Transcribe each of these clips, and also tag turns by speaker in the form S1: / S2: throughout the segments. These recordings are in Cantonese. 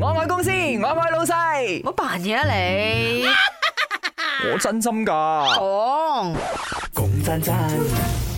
S1: 我愛公司，我愛老細，
S2: 冇扮嘢啊你！
S1: 我真心㗎，
S2: 講
S3: 講真真，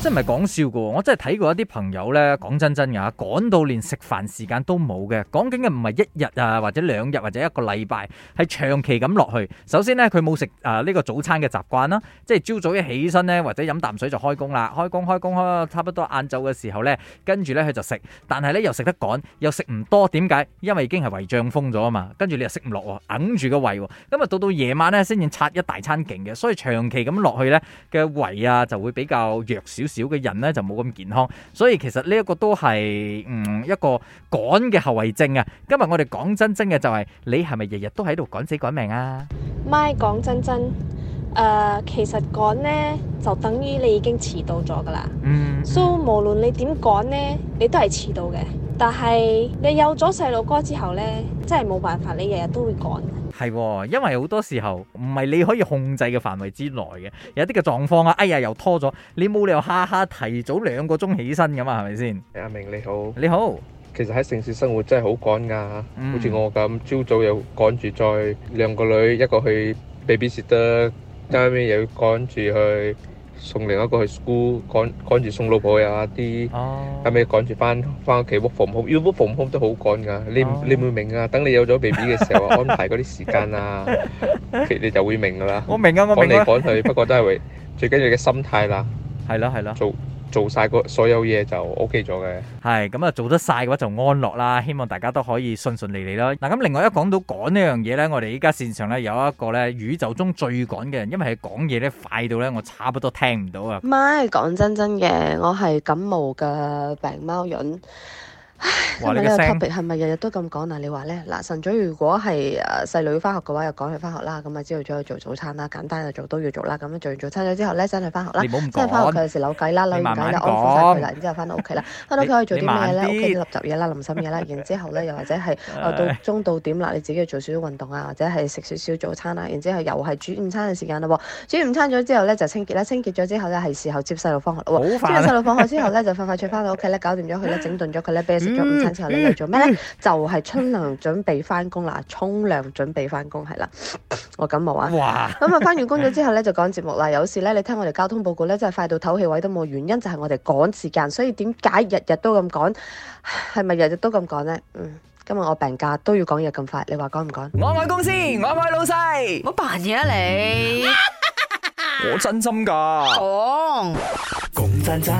S4: 真唔係講笑噶，我真係睇過一啲朋友咧，講真真噶，趕到連食飯時間都冇嘅。講緊嘅唔係一日啊，或者兩日或者一個禮拜，係長期咁落去。首先咧，佢冇食啊呢個早餐嘅習慣啦，即係朝早一起身咧，或者飲啖水就開工啦，開工開工開到差不多晏晝嘅時候咧，跟住咧佢就食，但係咧又食得趕，又食唔多，點解？因為已經係胃脹封咗啊嘛，跟住你又食唔落喎，揞住個胃喎，咁啊到到夜晚咧先至刷一大餐勁嘅，所以長期咁落去咧。嘅胃啊就會比較弱少少嘅人咧就冇咁健康，所以其實呢一個都係嗯一個趕嘅後遺症啊。今日我哋講真真嘅就係、你係咪日日都喺度趕死趕命啊？
S5: 咪講真真，誒、其實趕呢，就等於你已經遲到咗噶啦。
S4: 嗯，
S5: So 無論你點趕呢，你都係遲到嘅。但係你有咗細路哥之後呢，真係冇辦法，你日日都會趕。
S4: 係喎，因為好多時候唔係你可以控制嘅範圍之內嘅，有啲嘅狀況啊，哎呀又拖咗，你冇理由下下提早兩個鐘起身噶嘛，係咪先？
S6: 阿明你好，
S4: 你好，
S6: 其實喺城市生活真係好趕㗎，
S4: 嗯
S6: 好似我咁，朝早又趕住再兩個女，一個去 babysitter，加尾又要趕住去送另一個去 school，趕趕住送老婆呀啲，
S4: 哦
S6: 加尾趕住翻翻屋企 work from home，要 work from home 都好趕㗎，你唔
S4: 哦
S6: 你唔會明啊，等你有咗 baby 嘅 時候啊安排嗰啲時間啊，其你就會明㗎啦。
S4: 我明啊，我
S6: 趕
S4: 明
S6: 嚟
S4: 啊，
S6: 趕去，不過都係為最緊要嘅心態啦，
S4: 係啦係啦。
S6: 做晒個所有嘢就 OK 咗嘅。
S4: 係咁啊，做得晒嘅話就安樂啦，希望大家都可以順順利利啦。嗱，咁另外一講到趕呢樣嘢呢，我哋依家線上呢有一個呢宇宙中最趕嘅人，因為佢講嘢呢快到呢，我差不多聽唔到 啊。
S7: 唔係講真真嘅，我係感冒嘅病貓人。
S4: 哇，
S7: 今
S4: 你嘅
S7: 日呢個
S4: 聲
S7: topic 係咪日日都咁講啊？你話咧，嗱晨早如果係誒細女翻學嘅話，又趕佢翻學啦，咁啊朝早去做早餐啦，簡單嘅做都要做啦，咁樣做完早餐咗之後咧，真係翻學啦
S4: 你。唔好咁
S7: 即係翻學佢
S4: 講
S7: 有時扭計啦，扭
S4: 你
S7: 完
S4: 慢慢
S7: 計啦，安撫晒佢啦，
S4: 講
S7: 然之後翻到屋 企啦，翻到屋企
S4: 你
S7: 可以做
S4: 你慢
S7: 啲咩咧？
S4: 啲
S7: 屋企啲垃圾嘢啦、臨心嘢啦，然之後咧又或者 係啊到
S4: 唉
S7: 中到點啦，你自己去做少少運動啊，或者係食少少早餐啦，啊然之後又係煮午餐嘅時間啦喎，煮午餐咗之後咧就清潔啦，清潔咗之後咧係時候接細路放學啦喎。
S4: 好
S7: 之後
S4: 煩
S7: 細
S4: 啊。
S7: 路放學之後咧，就快快脆翻到 屋企咧，搞掂咗佢咧，整頓咗佢咧，俾佢食咗午餐之後
S4: 嗯
S7: 咧，又做咩咧？就係沖涼準備翻工啦，沖涼準備翻工係啦，我感冒啊。
S4: 哇，
S7: 咁啊，翻完工咗之後咧就講節目啦。有時咧，你聽我哋交通報告咧，真係快到唞氣位都冇。原因就係我哋趕時間，所以點解日日都咁趕？係咪日日都咁趕呢？嗯，今日我病假都要講嘢咁快，你話趕唔趕？
S1: 我愛公司，我愛老細，
S2: 冇扮嘢啊你！
S1: 我真心㗎。
S2: 講
S3: 講真真。